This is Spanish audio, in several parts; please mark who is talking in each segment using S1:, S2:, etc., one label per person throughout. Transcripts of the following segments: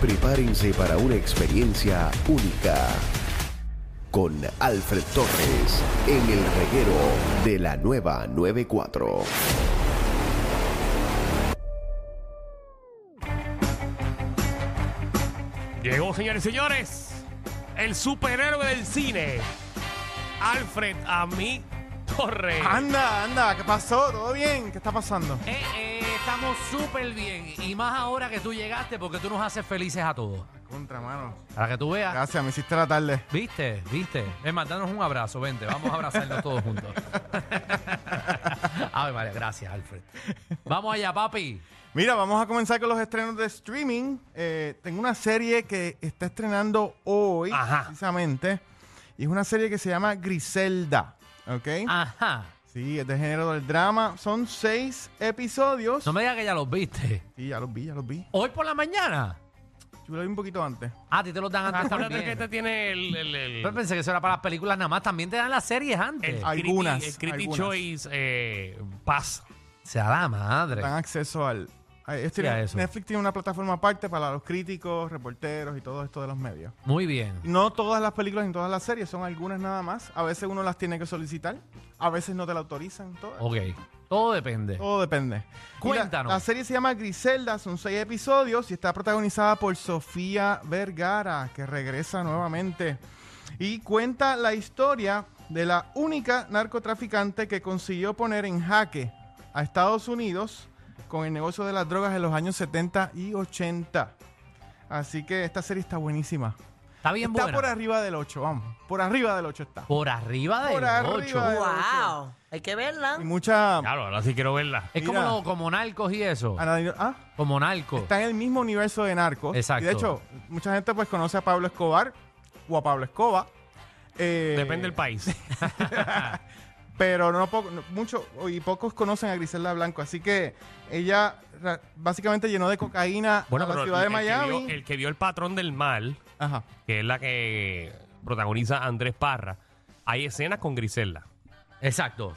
S1: Prepárense para una experiencia única con Alfred Torres en el reguero de la nueva 94.
S2: Llegó, señores y señores, el superhéroe del cine, Alfred Ami Torres.
S3: Anda, anda, ¿qué pasó? ¿Todo bien? ¿Qué está pasando?
S4: Ah. Eh, eh, estamos súper bien. Y más ahora que tú llegaste, porque tú nos haces felices a todos.
S3: Contra, mano.
S4: Para que tú veas.
S3: Gracias, me hiciste la tarde.
S4: ¿Viste? ¿Viste? Es más, danos un abrazo, vente. Vamos a abrazarnos todos juntos. Ave María, gracias, Alfred. Vamos allá, papi.
S3: Mira, vamos a comenzar con los estrenos de streaming. Eh, tengo una serie que está estrenando hoy,
S2: Ajá.
S3: precisamente. Y es una serie que se llama Griselda. ¿Ok?
S4: Ah. Ajá.
S3: Sí, es de género del drama. Son seis episodios.
S4: No me digas que ya los viste.
S3: Sí, ya los vi, ya los vi.
S4: Hoy por la mañana.
S3: Yo lo vi un poquito antes.
S4: Ah, a ti te los dan antes
S2: Acuérdate
S4: también.
S2: que este tiene el, el, el,
S4: Pero pensé que eso era para las películas nada más. También te dan las series antes.
S2: el
S3: Ay. Algunas,
S2: Criti- el Criti
S3: algunas.
S2: Choice eh, Pass.
S4: Sea la madre.
S3: Dan acceso al. a- ellos
S4: Sí,
S3: tienen-
S4: a eso.
S3: Netflix tiene una plataforma aparte para los críticos, reporteros y todo esto de los medios.
S4: Muy bien.
S3: No todas las películas ni todas las series, son algunas nada más. A veces uno las tiene que solicitar, a veces no te la autorizan. Todo,
S4: Ok. Todo depende.
S3: todo depende. Y la-
S4: Cuéntanos.
S3: La, serie se llama Griselda, son seis episodios y está protagonizada por Sofía Vergara, que regresa nuevamente. Y cuenta la historia de la única narcotraficante que consiguió poner en jaque a Estados Unidos con el negocio de las drogas en los años 70 y 80. Así que esta serie está buenísima.
S4: Está bien
S3: Está
S4: buena.
S3: por arriba del 8, vamos. Por arriba del 8 está.
S4: Por arriba de
S3: Por arriba de-
S5: ¡Wow! Hay que
S3: Y
S5: verla.
S3: mucha.
S2: Claro, ahora sí quiero verla.
S4: Es
S3: Mira.
S4: como, lo- como narcos y eso.
S3: anali- Ah,
S4: Como narcos.
S3: está en el mismo universo de narcos.
S4: Exacto.
S3: Y de hecho, mucha gente pues conoce a Pablo Escobar o a Pablo Escoba. eh,
S2: Depende del país.
S3: Pero no, po- no- mucho y pocos conocen a Griselda Blanco. Así que ella ra- básicamente llenó de cocaína
S2: Bueno,
S3: a la
S2: pero
S3: ciudad de
S2: el que
S3: Miami.
S2: vio- el que vio el patrón del mal,
S3: Ajá.
S2: que es la que protagoniza Andrés Parra, hay escenas con Griselda.
S4: Exacto.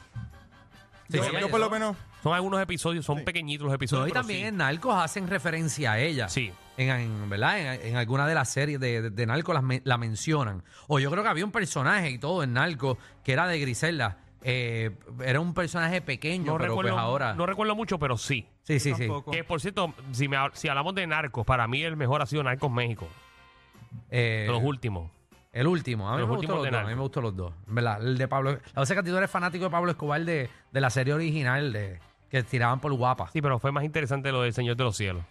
S4: Sí,
S3: yo,
S4: sí,
S3: yo
S4: eso.
S3: por lo menos.
S2: Son algunos episodios, son pequeñitos los
S4: No,
S2: episodios.
S4: y
S2: pero
S4: también
S2: sí.
S4: en Narcos hacen referencia a ella.
S2: Sí.
S4: En, en- ¿verdad? En, en alguna de las series de, de- de Narcos las men- la mencionan. O yo creo que había un personaje y todo en Narcos que era de Griselda. Eh, era un personaje pequeño,
S2: no,
S4: pero
S2: recuerdo,
S4: pues ahora.
S2: no recuerdo mucho, pero sí.
S4: sí, sí, sí.
S3: tampoco.
S2: Que por cierto, si, me hab- si hablamos de narcos, para mí el mejor ha sido Narcos México.
S4: Eh,
S2: de los últimos.
S4: el último. A mí,
S2: Los
S4: me gustó
S2: últimos
S4: los
S2: de
S4: dos, a mí
S2: Narcos.
S4: me gustó los dos. ¿Verdad? El de Pablo. La verdad es que tú eres fanático de Pablo Escobar de, de la serie original de, que tiraban por guapa.
S2: Sí, pero fue más interesante lo del Señor de los Cielos.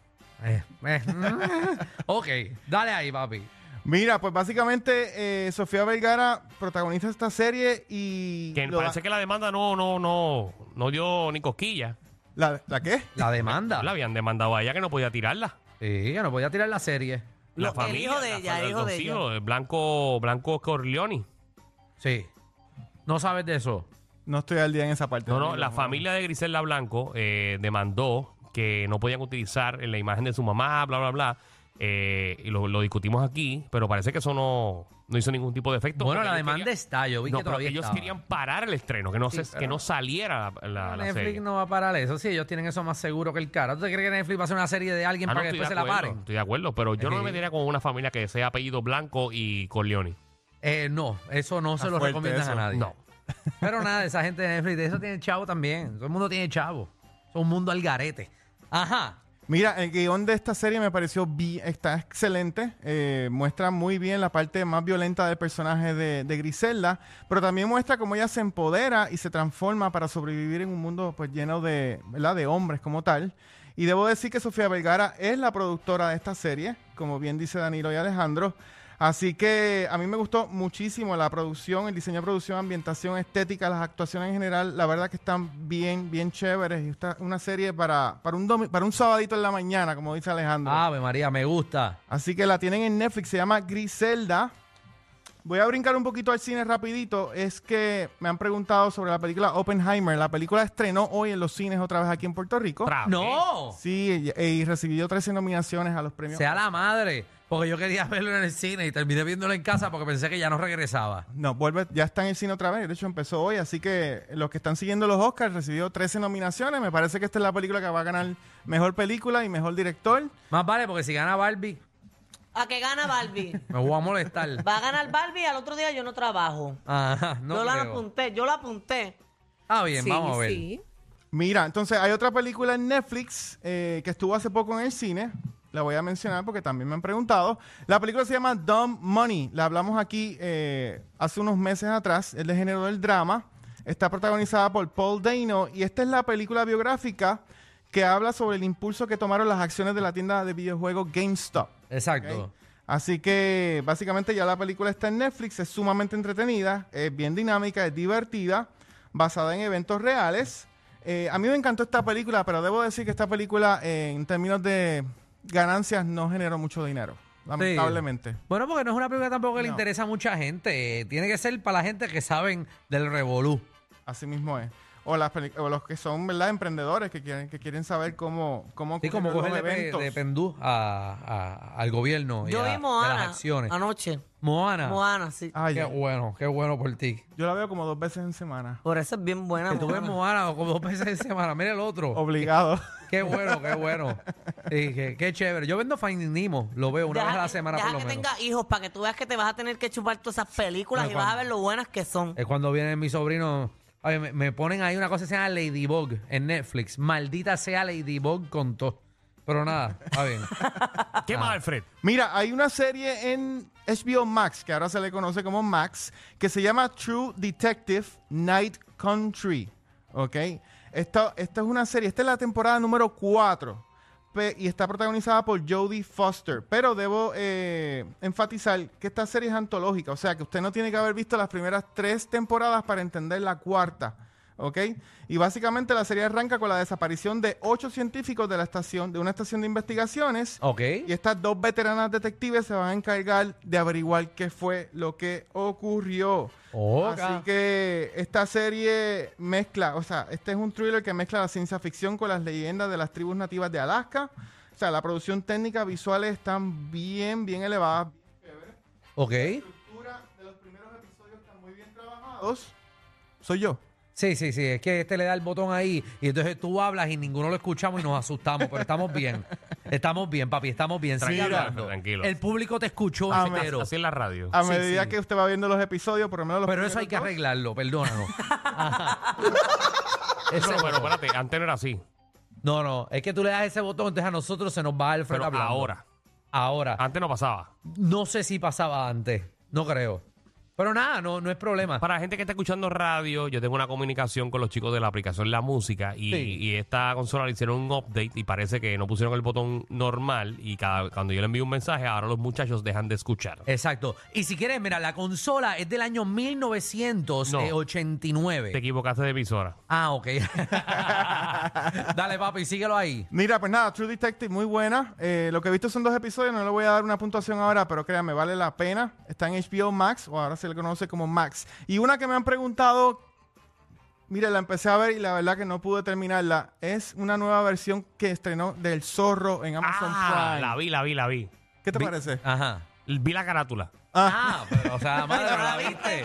S4: Eh, eh, ok, dale ahí, papi.
S3: Mira, pues básicamente eh, Sofía Vergara protagoniza esta serie y.
S2: Que
S3: lo da-
S2: parece que la demanda no, no, no, no dio ni cosquilla.
S3: ¿La, ¿La qué?
S4: La demanda.
S2: La habían demandado a ella que no podía tirarla.
S4: Sí, que no podía tirar la serie.
S2: La
S5: No, el hijo de
S2: la
S5: ella, el
S2: familia,
S5: hijo
S2: los
S5: de ella.
S2: hijos, el Blanco, Blanco Corleone.
S4: Sí. No sabes de eso.
S3: No estoy al día en esa parte.
S2: No, no,
S3: amigo.
S2: la familia de Griselda Blanco eh, demandó que no podían utilizar la imagen de su mamá, bla, bla, bla. Eh, y lo, lo discutimos aquí, pero parece que eso no, no hizo ningún tipo de efecto.
S4: Bueno,
S2: porque
S4: la
S2: ellos
S4: demanda
S2: querían-
S4: está. Yo vi
S2: no,
S4: que
S2: pero
S4: todavía
S2: ellos
S4: estaba.
S2: querían parar el estreno, que no,
S4: Sí,
S2: se- que
S4: pero-
S2: no saliera la, la- la
S4: Netflix
S2: serie.
S4: no va a parar eso. Sí, ellos tienen eso más seguro que el cara. ¿Tú te crees que Netflix va a hacer una serie de alguien
S2: Ah, no,
S4: para que
S2: estoy de
S4: después se la
S2: acuerdo,
S4: paren?
S2: Estoy de acuerdo, pero yo no me
S4: Sí.
S2: metería con una familia que sea apellido Blanco y Corleone.
S4: Eh, no, eso no se
S3: Está
S4: lo
S3: fuerte
S4: recomiendan
S3: eso.
S4: a nadie.
S2: No.
S4: Pero nada, esa gente de Netflix, de eso tiene chavo también. Todo el mundo tiene chavo. Es un mundo al garete. Ajá.
S3: Mira, el guión de esta serie me pareció bi- está excelente. Eh, muestra muy bien la parte más violenta del personaje de, de Griselda, pero también muestra cómo ella se empodera y se transforma para sobrevivir en un mundo pues, lleno de, ¿verdad? de hombres como tal. Y debo decir que Sofía Vergara es la productora de esta serie, como bien dice Danilo y Alejandro. Así que a mí me gustó muchísimo la producción, el diseño de producción, ambientación, estética, las actuaciones en general. La verdad que están bien, bien chéveres. Y está una serie para, para, un domi- para un sabadito en la mañana, como dice Alejandro.
S4: Ave María, me gusta.
S3: Así que la tienen en Netflix, se llama Griselda. Voy a brincar un poquito al cine rapidito. Es que me han preguntado sobre la película Oppenheimer. La película estrenó hoy en los cines otra vez aquí en Puerto Rico.
S2: Otra vez.
S4: ¡No!
S3: Sí, y, y recibió 13 nominaciones a los premios.
S4: Sea la madre. Porque yo quería verlo en el cine y terminé viéndolo en casa porque pensé que ya no regresaba.
S3: No, vuelve, ya está en el cine otra vez. De hecho, empezó hoy. Así que los que están siguiendo los Oscars recibió 13 nominaciones. Me parece que esta es la película que va a ganar mejor película y mejor director.
S4: Más vale porque si gana Barbie,
S5: ¿A qué gana Barbie?
S4: Me voy a molestar.
S5: Va a ganar Barbie y al otro día yo no trabajo.
S4: Ajá, no
S5: yo la
S4: creo.
S5: apunté, yo la apunté.
S4: Ah, bien, vamos a ver.
S6: Sí.
S3: Mira, entonces hay otra película en Netflix eh, que estuvo hace poco en el cine. La voy a mencionar porque también me han preguntado. La película se llama Dumb Money. La hablamos aquí eh, hace unos meses atrás. Es de género del drama. Está protagonizada por Paul Dano. Y esta es la película biográfica que habla sobre el impulso que tomaron las acciones de la tienda de videojuegos GameStop.
S4: Exacto.
S3: Ok. Así que básicamente ya la película está en Netflix, es sumamente entretenida, es bien dinámica, es divertida, basada en eventos reales. Eh, a mí me encantó esta película, pero debo decir que esta película eh, en términos de ganancias no generó mucho dinero, lamentablemente.
S4: Bueno, porque no es una película tampoco que le
S3: No.
S4: interesa a mucha gente. Eh, Tiene que ser para la gente que saben del revolú.
S3: Así mismo es. O, las peli- o los que son ¿verdad? emprendedores que quieren, que quieren saber cómo, cómo
S4: Sí, como
S3: ocurrieron los
S4: cogerle pe-
S3: eventos.
S4: de pendú a- a- al gobierno y
S5: Yo
S4: a, y
S5: vi
S4: a las
S5: Moana
S4: acciones. Ah.
S5: anoche.
S4: Moana.
S5: Moana, sí.
S3: Ay,
S4: Qué bueno, qué bueno por ti.
S3: yo la veo como dos veces en semana.
S5: Por eso es bien buena.
S4: Que tú ves
S5: Moana.
S4: Moana como dos veces en semana. Mira el otro.
S3: Obligado.
S4: Qué bueno, qué bueno. Sí, qué, qué chévere. Yo vendo Finding Nemo, lo veo una
S5: Deja
S4: vez a la
S5: que-
S4: semana
S5: deja
S4: por lo
S5: que
S4: menos.
S5: tengas hijos para que tú veas que te vas a tener que chupar todas esas películas
S4: No,
S5: y vas a
S4: cuando- Eh,
S5: ver lo buenas que son.
S4: Es cuando vienen mis sobrinos. Ay, me, me ponen ahí una cosa que se llama Ladybug en Netflix. Maldita sea Ladybug con todo. Pero nada, está bien.
S2: ¿Qué
S4: Ah.
S2: más, Alfred?
S3: Mira, hay una serie en HBO Max, que ahora se le conoce como Max, que se llama True Detective Night Country. ¿Ok? Esta, esta es una serie, esta es la temporada número 4 y está protagonizada por Jodie Foster. Pero debo eh, enfatizar que esta serie es antológica, o sea que usted no tiene que haber visto las primeras tres temporadas para entender la cuarta. ¿ok? Y básicamente la serie arranca con la desaparición de ocho científicos de la estación, de una estación de investigaciones
S4: Ok.
S3: y estas dos veteranas detectives se van a encargar de averiguar qué fue lo que ocurrió.
S4: Ok.
S3: Así que esta serie mezcla, o sea, este es un thriller que mezcla la ciencia ficción con las leyendas de las tribus nativas de Alaska. O sea, la producción técnica visuales están bien, bien elevadas.
S4: Ok.
S3: estructura de los primeros episodios están muy bien trabajados. Soy yo.
S4: Sí, sí, sí. Es que este le da el botón ahí y entonces tú hablas y ninguno lo escuchamos y nos asustamos. Pero estamos bien. Estamos bien, papi. Estamos bien. Sigue
S2: Tranquilo,
S4: hablando.
S2: tranquilo.
S4: El público te escuchó
S3: Ah, me-
S4: entero.
S2: Así en la radio.
S3: A
S4: Sí,
S3: medida
S4: sí.
S3: que usted va viendo los episodios, por lo menos los
S4: Pero eso hay
S3: primeros
S4: que
S3: dos,
S4: arreglarlo. Perdónanos. Ajá.
S2: No,
S4: Ese
S2: no, pero
S4: botón.
S2: espérate, antes no era así.
S4: No, no, es que tú le das ese botón, entonces a nosotros se nos va el
S2: Pero
S4: freno hablando.
S2: ahora.
S4: Ahora.
S2: Antes no pasaba.
S4: No sé si pasaba antes, no creo. Pero nada, no, no es problema.
S2: Para la gente que está escuchando radio, yo tengo una comunicación con los chicos de la aplicación La Música y,
S4: Sí.
S2: y esta consola le hicieron un update y parece que no pusieron el botón normal y cada, cuando yo le envío un mensaje, ahora los muchachos dejan de escuchar.
S4: Exacto. Y si quieres, mira, la consola es del año
S2: Te
S4: 1989.
S2: equivocaste de emisora.
S4: Ah, ok. Dale, papi, síguelo ahí.
S3: Mira, pues nada, True Detective, muy buena. Eh, lo que he visto son dos episodios, no le voy a dar una puntuación ahora, pero créanme, vale la pena. Está en HBO Max, o ahora se le conoce como Max. Y una que me han preguntado, mire, la empecé a ver y la verdad que no pude terminarla. Es una nueva versión que estrenó del Zorro en Amazon
S2: Ah,
S3: Prime.
S2: la vi, la vi, la vi.
S3: ¿Qué te parece?
S4: Ajá.
S2: Vi la carátula.
S4: Ah, pero, o sea, madre, no la viste.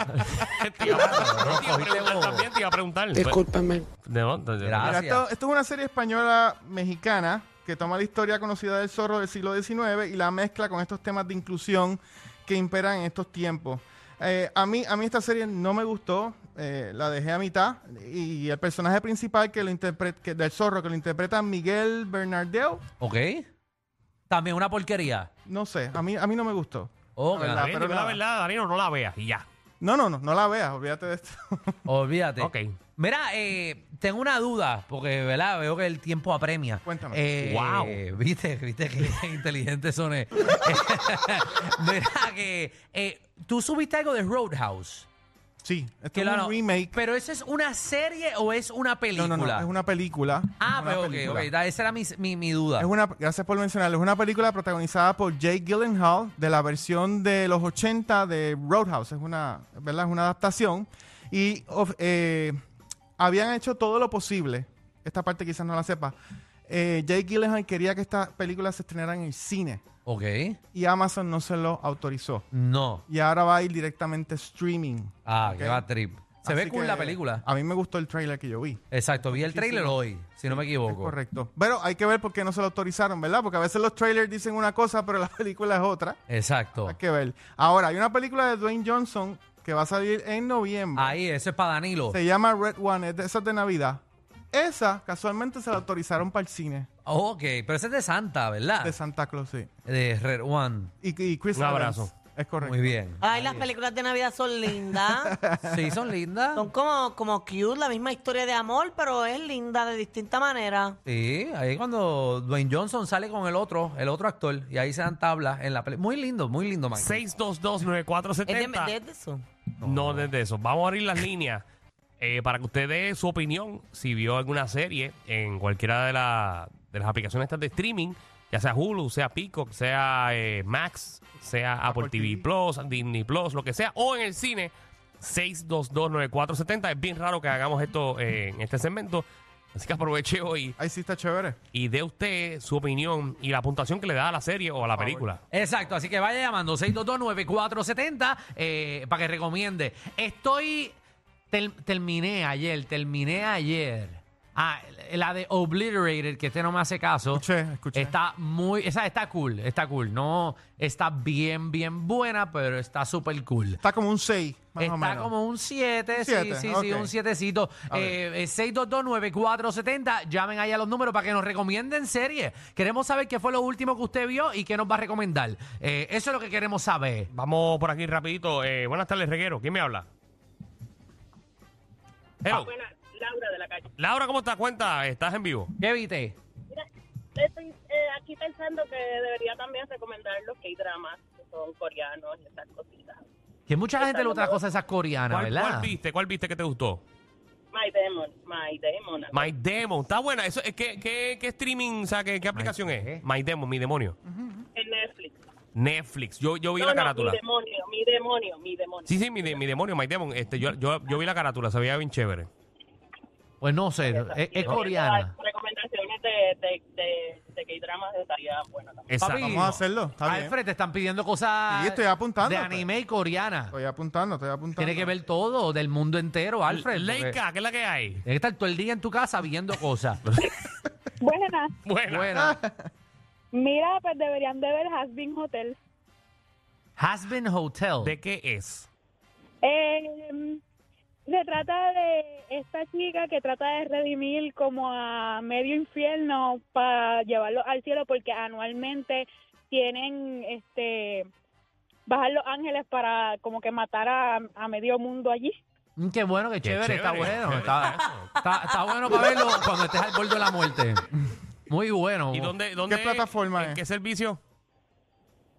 S2: Te iba a preguntar,
S4: No,
S2: te iba a preguntar
S4: cogiste bobo.
S2: también, te iba a preguntar.
S6: Discúlpame.
S2: De- de- de-
S4: Gracias.
S3: Mira, esto, esto es una serie española mexicana que toma la historia conocida del zorro del siglo XIX y la mezcla con estos temas de inclusión que imperan en estos tiempos. Eh, a, mí, a mí esta serie no me gustó, eh, la dejé a mitad y el personaje principal que lo interpre- que- del zorro que lo interpreta Miguel Bernardeo,
S4: Ok. También una porquería.
S3: no sé, a mí, a mí no me gustó.
S4: Ok.
S3: La verdad.
S2: Dime
S3: pero
S2: la
S3: nada.
S2: verdad, Danilo, no la veas y ya.
S3: No, no, no, no la veas, olvídate de esto.
S4: Olvídate.
S2: Ok.
S4: Mira, eh, tengo una duda, porque ¿verdad? veo que el tiempo apremia.
S3: Cuéntame.
S4: Eh,
S2: Wow.
S4: Viste, viste que inteligente soné. Mira que eh, tú subiste algo de Roadhouse.
S3: Sí, esto
S4: Que
S3: es
S4: lo-
S3: un remake.
S4: Pero ¿eso es una serie o es una
S3: No,
S4: película?
S3: no, no, es una película.
S4: Ah,
S3: Es una
S4: pero ok,
S3: película.
S4: ok, da- esa era mi, mi, mi duda.
S3: Es una, gracias por mencionarlo. Es una película protagonizada por Jake Gyllenhaal de la versión de los 80 de Roadhouse. Es una, ¿verdad? Es una adaptación. Y of- eh, habían hecho todo lo posible. Esta parte quizás no la sepa. Eh, Jake Gyllenhaal quería que esta película se estrenara en el cine
S4: Ok,
S3: y Amazon no se lo autorizó.
S4: no.
S3: Y ahora va a ir directamente streaming.
S4: Ah,
S3: Ok.
S4: qué va trip. Se ve
S3: Así
S4: cool
S3: que
S4: la película.
S3: A mí me gustó el trailer que yo vi.
S4: Exacto, vi el
S3: Muchísimo.
S4: trailer hoy, si no me
S3: Es
S4: equivoco.
S3: correcto. Pero hay que ver por qué no se lo autorizaron, ¿verdad? Porque a veces los trailers dicen una cosa, pero la película es otra.
S4: Exacto.
S3: Hay que ver. Ahora, hay una película de Dwayne Johnson que va a salir en noviembre.
S4: Ahí, eso es para Danilo.
S3: Se llama Red One, es de esas de Navidad. Esa casualmente se la autorizaron para el cine
S4: Ok, pero ese es de Santa, ¿verdad?
S3: de Santa Claus, sí.
S4: De Red One.
S3: Y, y Chris
S2: Un
S3: Evans.
S2: abrazo.
S3: Es correcto.
S4: Muy bien.
S5: Ay, las películas de Navidad son lindas.
S4: Sí, son lindas.
S5: Son como, como cute, la misma historia de amor, pero es linda de distinta manera.
S4: Sí, ahí cuando Dwayne Johnson sale con el otro, el otro actor, y ahí se dan tablas en la pelea. Muy lindo, muy lindo, Mike.
S2: 6229470.
S5: Es de, de- de eso.
S2: No, desde eso. Vamos a abrir las líneas eh, para que usted dé su opinión si vio alguna serie en cualquiera de, la- de las aplicaciones estas de streaming, ya sea Hulu, sea Peacock, sea eh, Max, sea Apple,
S3: Apple
S2: TV,
S3: TV.
S2: Plus, Disney Plus, lo que sea, o en el cine 6229470. Es bien raro que hagamos esto eh, en este segmento, así que aproveche hoy
S3: Ahí sí está chévere.
S2: y dé usted su opinión y la puntuación que le da a la serie o a la película.
S4: Exacto, así que vaya llamando 6229470 eh, para que recomiende. Estoy. tel- terminé ayer, terminé ayer. Ah, la de Obliterated, que este no me hace caso.
S3: Escuché, escuché.
S4: Está muy. Esa está cool, está cool. No está bien, bien buena, pero está súper cool.
S3: Está como un 6, más o
S4: Está
S3: menos.
S4: como un 7, sí,
S3: Siete,
S4: sí, sí,
S3: ok.
S4: un 7cito.
S3: A
S4: Eh, eh, 6229470, llamen ahí a los números para que nos recomienden series. Queremos saber qué fue lo último que usted vio y qué nos va a recomendar. Eh, eso es lo que queremos saber.
S2: Vamos por aquí rapidito. Eh, buenas tardes, Reguero. ¿Quién me habla? Hello.
S4: Ah.
S6: Buenas, Laura de la calle.
S2: Laura, ¿cómo estás? Cuenta, estás en vivo.
S4: ¿Qué viste?
S6: Mira, estoy eh, aquí pensando que debería también recomendar los K-dramas, que son coreanos y esas cositas.
S4: Que mucha gente le
S6: Está
S4: gusta
S6: como-
S4: cosas esas coreanas,
S2: ¿Cuál, cuál
S4: ¿verdad?
S2: viste? ¿Cuál viste que te gustó?
S6: My Demon, My Demon.
S2: My Demon. Está buena. Eso, eh, ¿qué, qué, qué streaming, o sea, qué, qué aplicación
S4: ¿qué?
S2: es? My Demon, mi demonio.
S6: En Netflix.
S2: Netflix. Yo, yo vi
S6: No,
S2: la
S6: no,
S2: carátula.
S6: mi demonio, mi demonio, mi demonio.
S2: Sí, sí, mi, de- mi demonio, My Demon. Este, yo, yo, yo vi la carátula, se veía bien chévere.
S4: Pues no sé,
S6: Esa. Y
S4: es, es
S6: recomiendo
S4: coreana.
S6: las Recomendaciones de, de, de, de K-dramas estaría buena también.
S2: Exacto.
S4: Papi,
S3: Vamos a hacerlo. Está bien.
S4: Alfred, te están pidiendo cosas
S3: Sí, estoy apuntando, pues.
S4: de
S3: pero-
S4: anime y coreana.
S3: Estoy apuntando, estoy apuntando.
S4: Tiene que ver todo, del mundo entero, Alfred. porque
S2: Leica, ¿qué es la que hay?
S4: Tienes que estar todo el día en tu casa viendo cosas.
S7: Buenas.
S2: Buena.
S4: Buena.
S7: Mira, pues deberían de ver Has Been Hotel.
S4: Hasbin Hotel.
S2: ¿De qué es?
S7: Eh, se trata de esta chica que trata de redimir como a medio infierno para llevarlo al cielo porque anualmente tienen este bajar los ángeles para como que matar a, a medio mundo allí.
S4: Mm, Qué bueno, qué,
S2: Qué
S4: chévere, está
S2: chévere.
S4: bueno. Está, está- está bueno para verlo cuando estés al borde de la muerte. Muy bueno.
S2: ¿Y dónde, dónde es?
S3: plataforma
S2: ¿En
S3: es?
S2: qué servicio?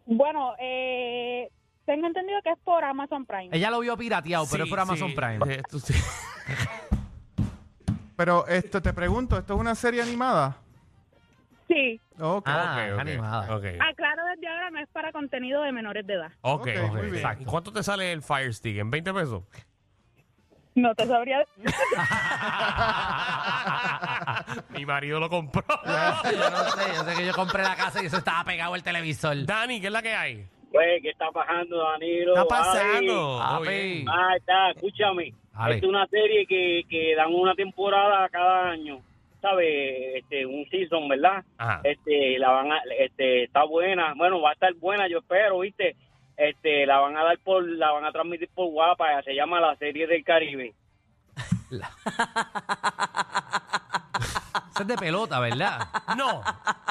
S7: Bueno, eh, tengo entendido que es por Amazon Prime.
S4: Ella lo vio pirateado, Ah, pero
S2: Sí,
S4: es por Amazon
S2: sí.
S4: Prime.
S2: Eh, tú sí.
S3: Pero esto te pregunto, ¿esto es una serie animada?
S7: Sí,
S3: Ok.
S4: Ah,
S2: Ok, ok,
S4: animada.
S2: ok.
S7: aclaro desde ahora no es para contenido de menores de edad.
S2: Ok,
S3: Ah, Ok,
S2: ok,
S3: muy bien.
S2: exacto. ¿Y cuánto te sale el Fire Stick? ¿En 20 pesos?
S7: No te sabría
S2: Mi marido lo compró.
S4: Ah, yo no sé, yo sé que yo compré la casa y eso estaba pegado al televisor.
S2: Dani, ¿qué es la que hay?
S8: Güey, ¿qué está pasando, Danilo?
S2: está pasando?
S4: Papi.
S2: Muy bien.
S8: Ah, está, escúchame.
S4: A ver.
S8: Esta es una serie que, que dan una temporada cada año, ¿sabes? Este, un season, ¿verdad?
S2: Ajá.
S8: Este, la van a, este, está buena. Bueno, va a estar buena, yo espero, ¿viste? Este, la van a dar por, la van a transmitir por guapa, se llama la serie del Caribe.
S4: Esa es de pelota, ¿verdad?
S2: No.